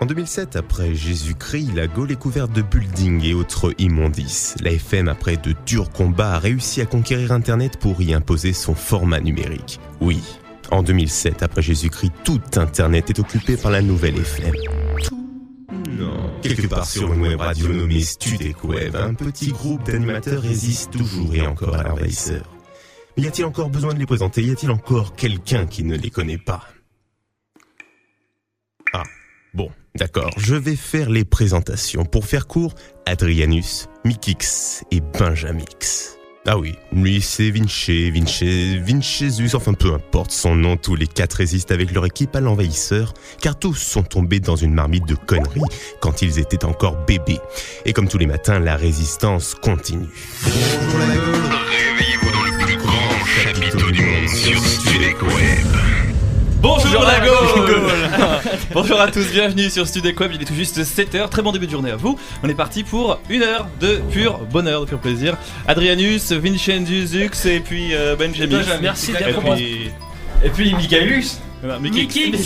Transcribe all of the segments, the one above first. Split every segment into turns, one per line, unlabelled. En 2007, après Jésus-Christ, la Gaule est couverte de buildings et autres immondices. La FM, après de durs combats, a réussi à conquérir Internet pour y imposer son format numérique. Oui, en 2007, après Jésus-Christ, tout Internet est occupé par la nouvelle FM. Non, quelque part sur une web radio nommée Studecweb, un petit groupe d'animateurs résiste toujours et encore à l'envahisseur. Mais y a-t-il encore besoin de les présenter Y a-t-il encore quelqu'un qui ne les connaît pas Ah, bon, d'accord, je vais faire les présentations. Pour faire court, Adrianus, Mikix et Benjamix. Ah oui, lui c'est Vinci, Vinci, Vincesus, enfin peu importe son nom, tous les quatre résistent avec leur équipe à l'envahisseur, car tous sont tombés dans une marmite de conneries quand ils étaient encore bébés. Et comme tous les matins, la résistance continue.
Bonjour, la Gaule Bonjour à tous, bienvenue sur Studec Web, il est tout juste 7h, très bon début de journée à vous. On est parti pour une heure de pur bonheur, de pur plaisir. Adrianus, Vincenzus, Zux et puis euh, Benjamin.
Putain, merci
et
d'être
puis...
Et puis Michaelus
Non, mais qui-
Mikix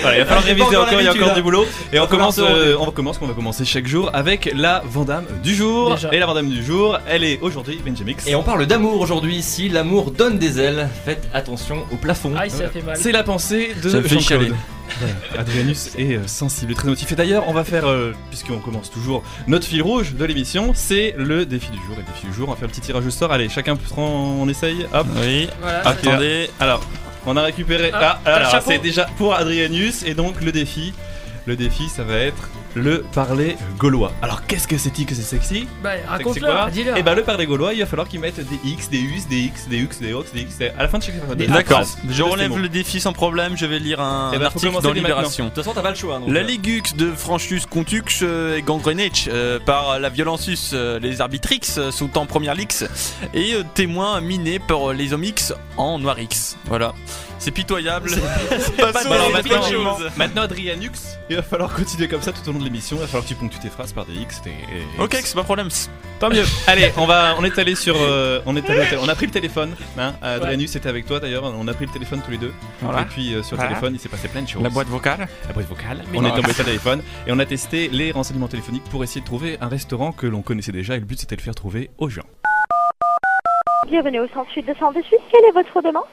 Voilà, il va falloir
J'ai pas
réviser
encore
encore, il y a
l'habitude,
encore
hein.
du boulot. Et on
va falloir
commence,
se relever.
euh, on recommence, qu'on va commencer chaque jour avec la Vandame du jour.
Déjà.
Et la Vandame du jour, elle est aujourd'hui Benjamix.
Et on parle d'amour aujourd'hui ici, l'amour donne des ailes, faites attention au plafond.
Aïe, ça Ah, fait mal.
C'est la pensée
Ça
de
me fait
Jean-Claude.
chialer.
Voilà. Adrianus est euh, sensible et très notif. Et d'ailleurs, on va faire, euh, puisqu'on commence toujours, notre fil rouge de l'émission, c'est le défi du jour. Et le défi du jour, on va faire le petit tirage au sort. Allez, chacun prend, on essaye. Hop. Ah,
Oui,
Voilà, ça-
attendez.
Alors, on a récupéré.
Ah,
Ah,
t'as le
alors,
chapeau
c'est déjà pour Adrianus. Et donc, le défi, le défi, ça va être le parler gaulois. Alors, qu'est-ce que c'est-il que c'est sexy
bah,
C'est quoi
raconte-leur, dis-leur.
Et bah, le parler gaulois, il va falloir qu'ils mettent des X, des Us, des X, des Ux, des Ox, des X. À la fin de chaque
Des
D'accord,
phrase.
je relève
mots.
le défi sans problème, je vais lire un,
Eh ben, faut
article
commencer
dans
dès maintenant.
Libération.
De toute façon, t'as pas le choix. donc. euh.
La Ligux de Franchus Contux euh, est gangrenée euh, par la Violensus. euh, les Arbitrix euh, sont en première lix et euh, témoins minés par euh, les Omix en Noirix. Voilà, c'est pitoyable. C'est pas
Bah alors
c'est
maintenant,
pas
maintenant,
chose.
maintenant, Adrianux, il va falloir continuer comme ça tout au long de l'émission. Il va falloir que tu ponctues tes phrases par des X. Des, et-
Ok,
X.
c'est pas problème.
tant mieux. Allez, on va, on est allé sur, euh, on est allé au tél- on a pris le téléphone. Hein, Adrianus était avec toi d'ailleurs. On a pris le téléphone tous les deux. Et
Voilà.
puis euh, sur le
Voilà.
téléphone, il s'est passé plein de choses.
La boîte vocale.
La boîte vocale.
Mais
on est
voilà.
tombé sur le téléphone et on a testé les renseignements téléphoniques pour essayer de trouver un restaurant que l'on connaissait déjà. Et le but c'était de le faire trouver aux gens.
Bienvenue au centre sud 228. Quelle est votre demande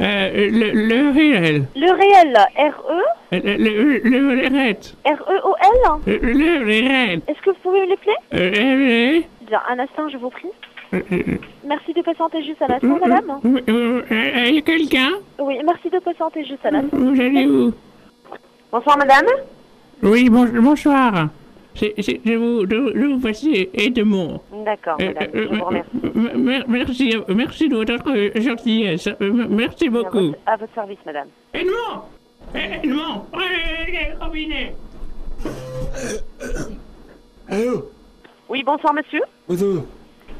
Euh, le, le réel,
Le réel E, RE
le, le, le, le réel,
REOL
le, le réel,
E Est-ce que vous pouvez me l'appeler
euh, euh,
Bien, un instant, je vous prie.
euh, euh,
Merci de patienter juste un instant, madame.
euh, euh, euh, y a quelqu'un
Oui, merci de patienter juste un instant.
Vous allez où
Bonsoir, madame.
Oui, bon, bonsoir. C'est, c'est, je vous, je, je vous passe Edmond.
D'accord,
Euh,
madame.
euh,
Je vous remercie.
euh, mer- merci, merci de votre euh, gentillesse. Euh, mer- Merci
À
beaucoup.
votre, à votre service, madame.
Edmond Eh, Edmond Allez, robinet
Allô
Oui, bonsoir, monsieur.
Bonjour.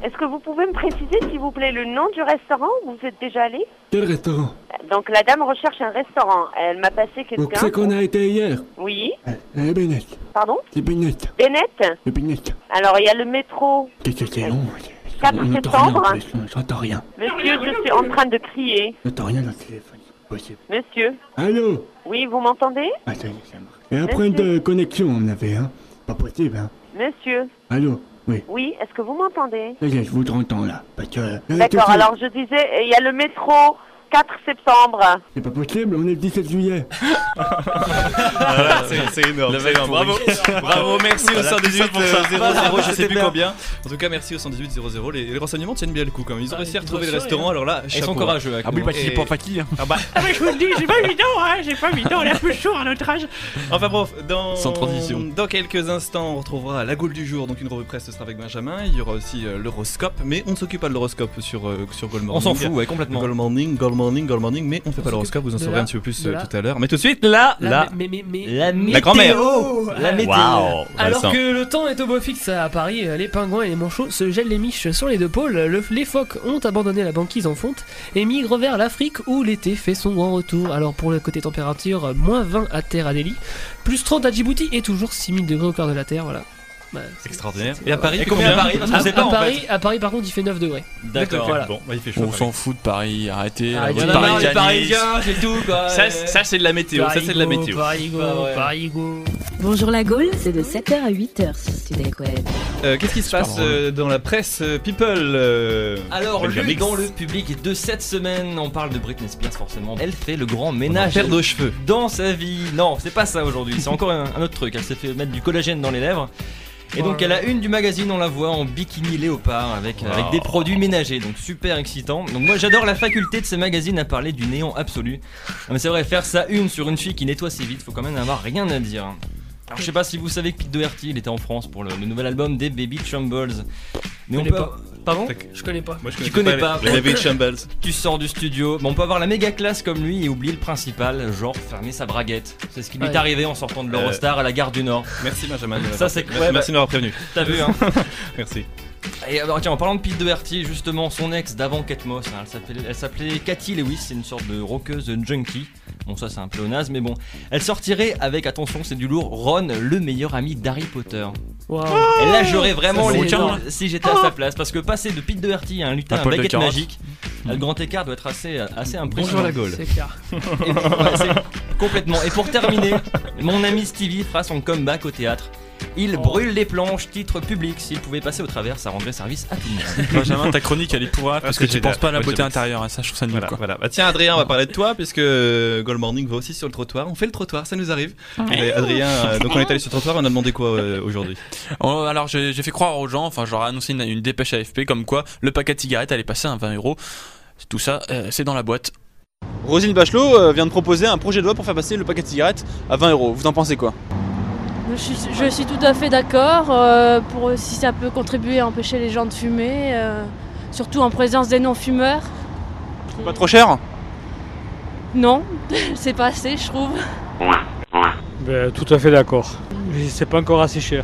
Est-ce que vous pouvez me préciser, s'il vous plaît, le nom du restaurant où vous êtes déjà allé
Quel restaurant
Donc, la dame recherche un restaurant. Elle m'a passé
Vous savez qu'on a été hier Eh,
Oui,
C'est Bennett.
pardon
C'est Bennett.
Bennett
C'est Bennett.
Alors, il y a le métro.
Qu'est-ce que c'est long
Quatre
On n'entend rien,
septembre.
en plus, on n'entend rien.
Monsieur, je suis en train de crier.
On n'entend rien dans le téléphone. C'est possible.
Monsieur
Allô
Oui, vous m'entendez
Attends, ça marche. Et un problème de connexion, on avait, hein Pas possible, hein
Monsieur,
Allô Oui.
oui, est-ce que vous m'entendez
Là, je vous entends, là. Parce que... là, tout de
D'accord,
suite.
alors je disais, il y a le métro 4 septembre.
C'est pas possible, on est le 17 juillet.
Ah, C'est- C'est énorme.
Le
c'est
mec
énorme.
pourri.
Bravo. Bravo. Merci au
Voilà, tout
118
ça pour ça.
00. Euh, Je sais
C'était
plus
bien.
combien. En tout cas, merci au 118 00. Les, les renseignements tiennent bien le coup quand même. Ils ont
Ah,
réussi à
ils
retrouver
doivent
le
assurer,
restaurant. Alors là,
Ils sont
chapeau. hein.
courageux avec
Ah oui,
nous.
bah c'est
Et-
pas fatigué. hein.
Ah bah,
Ah, mais je vous le dis, c'est pas évident, hein, c'est pas évident, on a plus chaud à notre âge.
Enfin bref, dans,
Sans transition.
dans quelques instants, on retrouvera la Gaule du jour, donc une revue presse, ce sera avec Benjamin. Il y aura aussi euh, l'horoscope, mais on ne s'occupe pas de l'horoscope sur, euh, sur Gold Morning.
On s'en fout, ouais, complètement.
Gold Morning, Gold Morning, Gold Morning, mais on fait pas l'horoscope, vous en
de
saurez
la-
un petit peu plus
de
euh,
la-
tout à l'heure. Mais tout de suite, là, là,
Mais, mais, mais,
La
la Ah, grand-mère.
météo La météo
Alors que le temps est au beau fixe à Paris, euh, les pingouins et les manchots se gèlent les miches sur les deux pôles, le- les phoques ont abandonné la banquise en fonte et migrent vers l'Afrique où l'été fait son grand retour. Alors pour le côté température, moins 20 à Terre à Delhi, plus 30 à Djibouti et toujours 6000 degrés au cœur de la Terre, voilà. Bah, c'est-
Extraordinaire.
c'est-
Et à Paris,
Et
il fait
combien à Paris Parce qu'on
à,
Ah,
sait pas
à
en
Paris,
fait.
à Paris, par contre, il fait 9 degrés.
D'accord.
Voilà.
Bon, bah, il fait chaud.
On
Paris.
s'en fout de Paris, arrêtez.
Ah,
Arrêtez,
il y a
on en a
Paris,
marre des
Yanis.
Parisiens, c'est tout quoi.
Ça, ça, c'est de la météo. Ça, c'est de la
Parigo,
météo.
Parigo,
Ah ouais.
Parigo.
Bonjour la Gaule, c'est de 7h à 8h sur Studek Web.
Euh, Qu'est-ce qui se passe
drôle.
euh, dans la presse euh, People euh,
Alors, lui
Benjamin
dans le public de cette semaine, on parle de Britney Spears forcément. Elle fait le grand
Une
ménage
paire de cheveux.
dans sa vie. Non, c'est pas ça aujourd'hui, c'est encore un, un autre truc. Elle s'est fait mettre du collagène dans les lèvres. Et donc à la une du magazine, on la voit en bikini léopard avec,
Wow.
avec des produits ménagers, donc super excitant. Donc moi j'adore la faculté de ces magazines à parler du néant absolu. Non, mais c'est vrai, faire ça une sur une fille qui nettoie si vite, faut quand même avoir rien à dire. Alors je sais pas si vous savez que Pete Doherty, il était en France pour le, le nouvel album des Baby Trumbles. Mais on
connais
peut... Pardon
Je connais pas.
Moi, je
Tu connais pas.
Les David Shambles.
Tu sors du studio, mais on peut avoir la méga classe comme lui et oublier le principal, genre fermer sa braguette. C'est ce qui lui
Ouais.
est arrivé en sortant de l'Eurostar à la gare du Nord.
Merci Benjamin. de m'avoir-
Ça, c'est- Bah,
Merci,
ouais,
merci de m'avoir prévenu.
T'as vu, hein
Merci.
Et alors, tiens, en parlant de Pete Doherty, justement, son ex d'avant Kate Moss, hein, elle s'appelait- elle s'appelait Cathy Lewis, c'est une sorte de rockeuse junkie. Bon, ça, c'est un pléonasme, mais bon. Elle sortirait avec, attention, c'est du lourd, Ron, le meilleur ami d'Harry Potter.
Waouh.
Et là, j'aurais vraiment
Ça, c'est
les
énorme.
si j'étais à sa place, parce que passer de Pete Doherty à un lutin
Un
à
poil de
baguette
carotte.
magique, là, le grand écart doit être assez, assez impressionnant.
Bonjour la Gaule.
C'est clair.
Et- ouais, c'est- complètement. Et pour terminer, mon ami Stevie fera son comeback au théâtre. Il
Oh.
brûle les planches, titre public. S'il pouvait passer au travers, ça rendrait service à tout le monde.
Benjamin, ta chronique elle est pourrave parce que
c'est
tu
génial.
penses pas à la
Moi,
beauté
j'aime.
intérieure, hein, ça je trouve ça nul
Voilà,
quoi.
voilà. Bah, tiens, Adrien, on va parler de toi puisque euh, Gold Morning va aussi sur le trottoir. On fait le trottoir, ça nous arrive.
Ah.
Et Adrien, euh, donc on est allé sur le trottoir, on a demandé quoi euh, aujourd'hui
Oh, alors j'ai j'ai fait croire aux gens, enfin j'aurais annoncé une, une dépêche AFP comme quoi le paquet de cigarettes allait passer à 20 euros. Tout ça, euh, c'est dans la boîte.
Rosine Bachelot euh, vient de proposer un projet de loi pour faire passer le paquet de cigarettes à 20 euros. Vous en pensez quoi
Je suis, je suis tout à fait d'accord euh, pour si ça peut contribuer à empêcher les gens de fumer, euh, surtout en présence des non-fumeurs.
Pas trop cher
Non, c'est pas assez, je trouve.
Ben, tout à fait d'accord. C'est pas encore assez cher.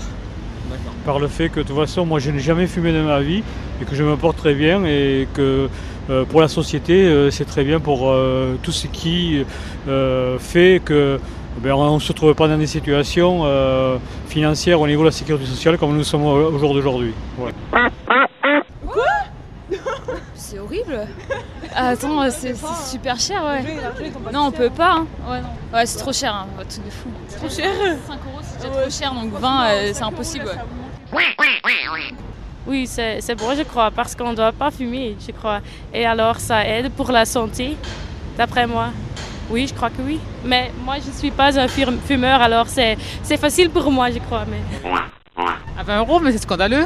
Par le fait que de toute façon, moi je n'ai jamais fumé de ma vie et que je me porte très bien et que euh, pour la société, euh, c'est très bien pour euh, tout ce qui euh, fait que ben, on ne se trouve pas dans des situations euh, financières au niveau de la sécurité sociale comme nous sommes au, au jour d'aujourd'hui. Voilà.
C'est horrible.
Attends, euh, c'est c'est super cher, ouais. Non, on peut pas. hein. Ouais, non. Ouais, c'est trop cher, hein, un truc de fou. C'est trop cher 5 euros, c'est déjà trop cher, donc 20, euh, c'est impossible. Oui, c'est bon, je crois, parce qu'on ne doit pas fumer, je crois. Et alors, ça aide pour la santé, d'après moi. Oui, je crois que oui. Mais moi, je ne suis pas un firme- fumeur, alors c'est c'est facile pour moi, je crois. Mais...
À 20 euros, mais c'est scandaleux.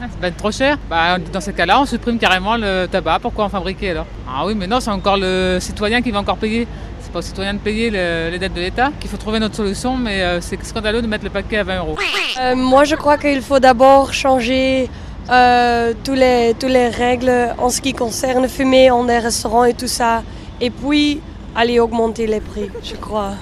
C'est pas trop cher. Bah, dans ce cas-là, on supprime carrément le tabac. Pourquoi en fabriquer alors Ah oui, mais non, c'est encore le citoyen qui va encore payer. C'est pas aux citoyens de payer le- les dettes de l'État. Qu'il faut trouver notre solution, mais euh, c'est scandaleux de mettre le paquet à 20 euros.
moi, je crois qu'il faut d'abord changer euh, tous les, tous les règles en ce qui concerne fumer en des restaurants et tout ça. Et puis, aller augmenter les prix, je crois.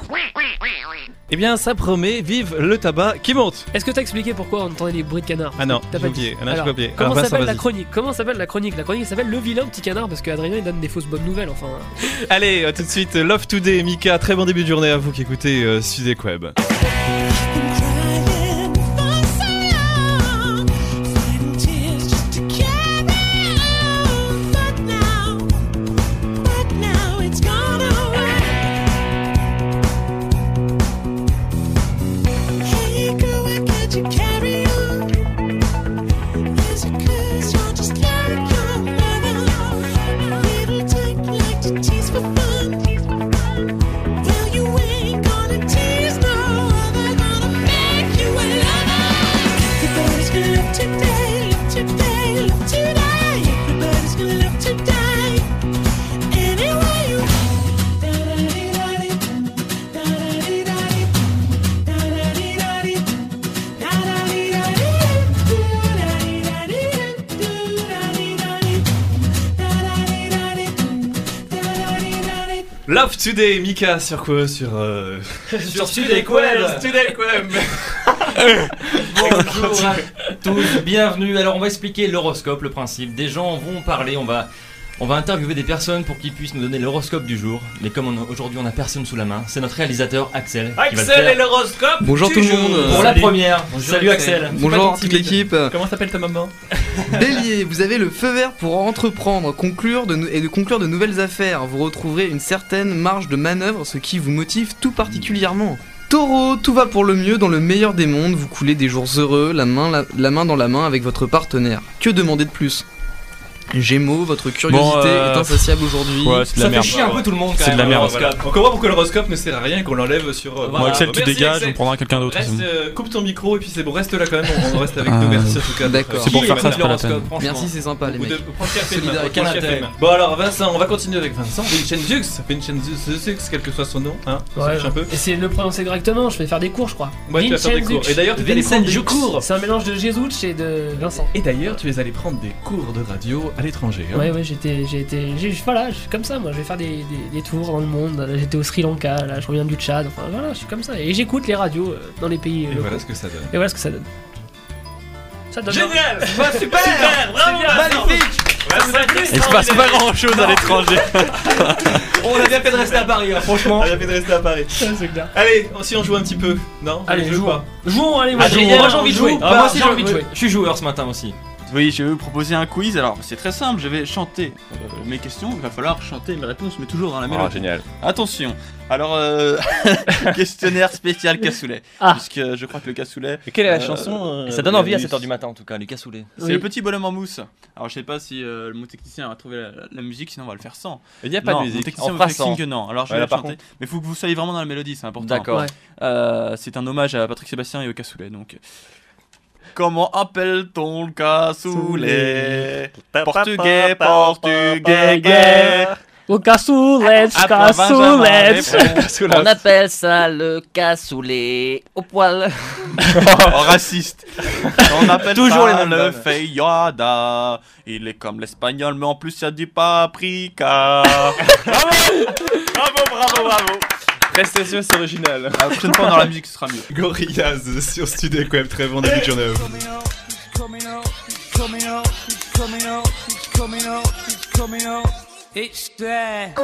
Eh bien, ça promet, vive le tabac qui monte
Est-ce que t'as expliqué pourquoi on entendait les bruits de canard
Ah non,
T'as pas
j'ai
dit.
oublié. Ah non, j'ai
Alors,
pas oublié.
Comment
Alors, Vincent,
s'appelle la
vas-y.
chronique Comment s'appelle la chronique La chronique s'appelle Le vilain petit canard parce qu'Adrien il donne des fausses bonnes nouvelles enfin. hein.
Allez, à tout de suite, Love Today, Mika, très bon début de journée à vous qui écoutez euh, Sudek Web. Love Today, Mika, sur quoi Sur. euh,
Sur Sudéquel Bonjour à tous, bienvenue. Alors on va expliquer l'horoscope, le principe. Des gens vont parler, on va On va interviewer des personnes pour qu'ils puissent nous donner l'horoscope du jour. Mais comme on- aujourd'hui on a personne sous la main, c'est notre réalisateur Axel. qui va le
Axel
faire.
et l'horoscope
Bonjour
du
tout le
jour.
monde. Pour la première. Salut, Axel.
C'est
Bonjour
pas
toute
timide.
l'équipe.
Comment s'appelle ta maman
Bélier, vous avez le feu vert pour entreprendre, conclure de nou- et de conclure de nouvelles affaires. Vous retrouverez une certaine marge de manœuvre, ce qui vous motive tout particulièrement. Taureau, tout va pour le mieux dans le meilleur des mondes. Vous coulez des jours heureux, la main, la- la main dans la main avec votre partenaire. Que demander de plus Gémeaux, votre curiosité
Ah,
euh,
est insatiable aujourd'hui.
ouais, c'est de la Ça fait merde.
chier un peu tout le monde, quand
C'est de la
même,
merde.
l'horoscope.
Voilà. On comprend pourquoi l'horoscope ne sert à rien et qu'on l'enlève sur. euh,
Bon, Axel, tu
Merci,
dégages,
Axel.
on prendra quelqu'un d'autre,
Reste,
c'est bon.
euh, coupe ton micro et puis c'est bon, reste là quand même. On- On reste avec
Ah,
nous, merci en tout cas.
d'accord. C'est pour faire ça, c'est pas la peine.
Merci, c'est sympa, les
Ou de-
mecs.
prends le café, demain,
Solidarité.
prends le
Quel
café.
intérêt.
Bon alors Vincent, on va continuer avec Vincent. Vincenzius, Vincenzius, quel que soit son nom, hein. on
Ouais,
s'affiche un peu.
Essayez de le prononcer correctement, je vais faire des cours, je crois.
Ouais, tu vas faire des cours.
Vincenzuc.
Et d'ailleurs, tu vas aller prendre des
Vincenzuc.
cours.
C'est un mélange de Jésus et de Vincent.
Et d'ailleurs, tu es allé prendre des cours de radio à l'étranger. hein.
Ouais, ouais, j'étais. j'étais j'ai- Voilà, je suis comme ça, moi, je vais faire des, des- des tours dans le monde. Là, J'étais au Sri Lanka, là, je reviens du Tchad, enfin voilà, je suis comme ça. Et j'écoute les radios euh, dans les pays.
Et
locaux.
voilà ce que ça donne.
Et voilà ce que ça donne. Ça donne
Génial
Super
Super
Bravo
Magnifique
Il se passe pas grand chose à l'étranger.
Oh, On a bien fait de rester à Paris, hein, franchement.
On a bien fait de rester à Paris.
c'est clair.
Allez, si on joue un petit peu, non
Allez,
On joue
jouons.
pas.
Jouons, allez,
moi,
Adrien,
j'ai envie
on
de
joue
jouer.
ou
Ah,
pas
moi aussi, j'ai
J'ai
envie de jouer. Je suis joueur ce matin aussi.
Oui, je vais vous proposer un quiz. Alors, c'est très simple, je vais chanter euh, mes questions. Il va falloir chanter mes réponses, mais toujours dans la
Ah,
mélodie.
Ah, génial.
Attention. Alors, euh, questionnaire spécial cassoulet.
Ah.
Puisque je crois que le cassoulet.
Et quelle est la
euh,
chanson, euh,
Ça donne envie à
Adrien
7h du matin, en tout cas, les cassoulets. C'est
Oui.
le petit bonhomme en mousse. Alors, je sais pas si euh, mon technicien va trouver la, la musique, sinon on va le faire sans.
Eh
Il n'y a pas de
Non,
musique,
Mon technicien
on
me
fera
fait
sans.
signe que non. Alors, je
Ouais,
vais
là,
la
par
chanter.
contre.
Mais il faut que vous soyez vraiment dans la mélodie, c'est important.
D'accord. Ouais.
Euh, c'est un hommage à Patrick Sébastien et au cassoulet, donc. Comment appelle-t-on le cassoulet Portugais, portugais, gay.
Au cassoulet,
Ah, cassoulet.
On appelle ça le cassoulet au poil.
Oh, raciste. On appelle
Toujours
ça
les mêmes
le
vannes.
feiada. Il est comme l'espagnol, mais en plus il y a du paprika.
Bravo, bravo, bravo Restez sûr, c'est original.
La prochaine fois, dans la musique, ce sera mieux.
Gorillaz sur Studio Web, très bon début de journée. à vous.
coming up, it's coming up, it's coming up, it's coming up, it's coming up, it's there.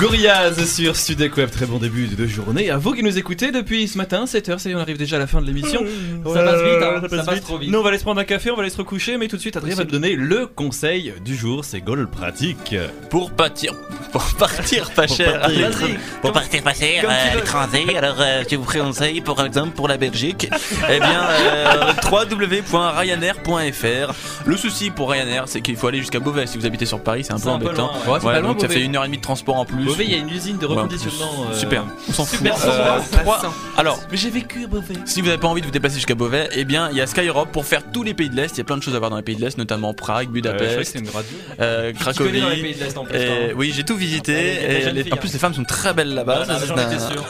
Gorillaz sur Studek Web, très bon début de journée. À vous qui nous écoutez depuis ce matin, 7h, ça y est, on arrive déjà à la fin de l'émission.
Ça
Ouais,
passe vite, hein, ça passe
vite.
trop vite.
Nous, on va aller se prendre un café, on va aller se recoucher, mais tout de suite, Adrien va te donner le conseil du jour, c'est Goal Pratique.
Pour partir, pour partir pas
Pour
cher. à
partir.
l'étranger.
Pour partir passer
Comme tu
à
veux.
l'étranger, alors euh, je vous conseille par exemple pour la Belgique.
Eh bien, euh, www.ryanair.fr. Le souci pour Ryanair, c'est qu'il faut aller jusqu'à Beauvais. Si vous habitez sur Paris, c'est un
C'est
peu
un peu
embêtant.
loin, ouais. Ouais, c'est pas
donc
loin,
ça
Beauvais.
fait une heure et demie de transport en plus.
Beauvais, il y a une usine de
Ouais, en
reconditionnement,
plus.
euh,
Super, on s'en fout. Euh,
super sympa, ça
trois-
sent.
Alors,
Mais j'ai vécu à Beauvais.
si vous n'avez pas envie de vous déplacer jusqu'à Beauvais, eh bien, il y a Sky Europe pour faire tous les pays de l'Est. Il y a plein de choses à voir dans les pays de l'est, notamment Prague,
Euh, je croyais que
Budapest,
c'était une radio.
euh,
Tu
Cracovie.
connais dans les pays de l'Est en plus, hein.
Et-
toi.
oui, j'ai tout visité.
Il y a des
et
jeunes
les-
filles,
en
hein.
plus, les femmes sont très belles là-bas.
Voilà,
ça,
j'en
c'est un-
étais sûr.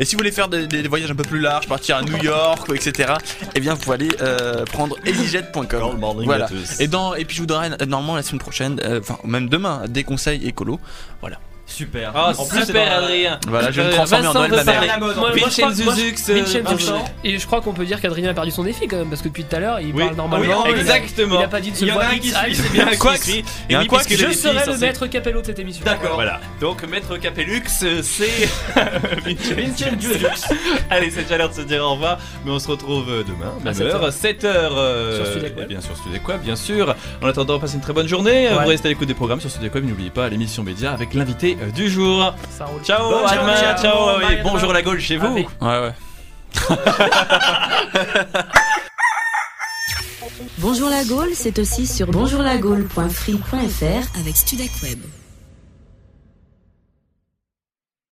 Et si vous voulez faire des, des voyages un peu plus larges, partir à New York, etc., eh bien, vous pouvez aller euh, prendre easyjet.com. Voilà.
à tous.
Et dans et puis je vous donnerai euh, normalement la semaine prochaine, euh, enfin même demain, des conseils écolo. Voilà.
Super.
Ah,
En plus, c'est
super,
dans la-
Adrien.
Voilà, je vais me
Euh,
transformer en
Vincent
Noël
veut
ma
parler à
mère.
la mode. Moi, Vincenzo
Vincenzo
Zux, euh,
Vincenzo
Vincent.
Zux. Et je crois qu'on peut dire qu'Adrien a perdu son défi quand même, parce que depuis tout à l'heure, il
Oui.
parle normalement.
Ah oui,
il a-
exactement.
Il a pas dit de se
Il y en a
voir
un qui suit,
X. Ah,
c'est bien un
quoi
qui suit. Et
Il y a un
oui,
quoi
puisque
Je
les filles
serai
sont
le
censées-
maître capello de cette émission.
D'accord. Voilà. Donc Maître Capellux, euh, c'est Vincent Allez, c'est déjà l'heure de se dire au revoir, mais on se retrouve euh, demain,
À
même
sept
heure,
heures.
7h.
Sur Studec Web.
bien sûr, Studec Web, bien sûr. En attendant, passez une très bonne journée.
Ouais.
Vous restez à l'écoute des programmes sur Studec Web. N'oubliez pas l'émission média avec l'invité euh, du jour.
Ça roule.
Ciao,
Bon,
à
ciao,
demain,
ciao,
ciao,
bye,
et
à
bonjour
demain.
la Gaule chez vous.
Avec-
Ouais, ouais.
Bonjour la Gaule, c'est aussi sur bonjourlagaule.free.fr avec Studacweb.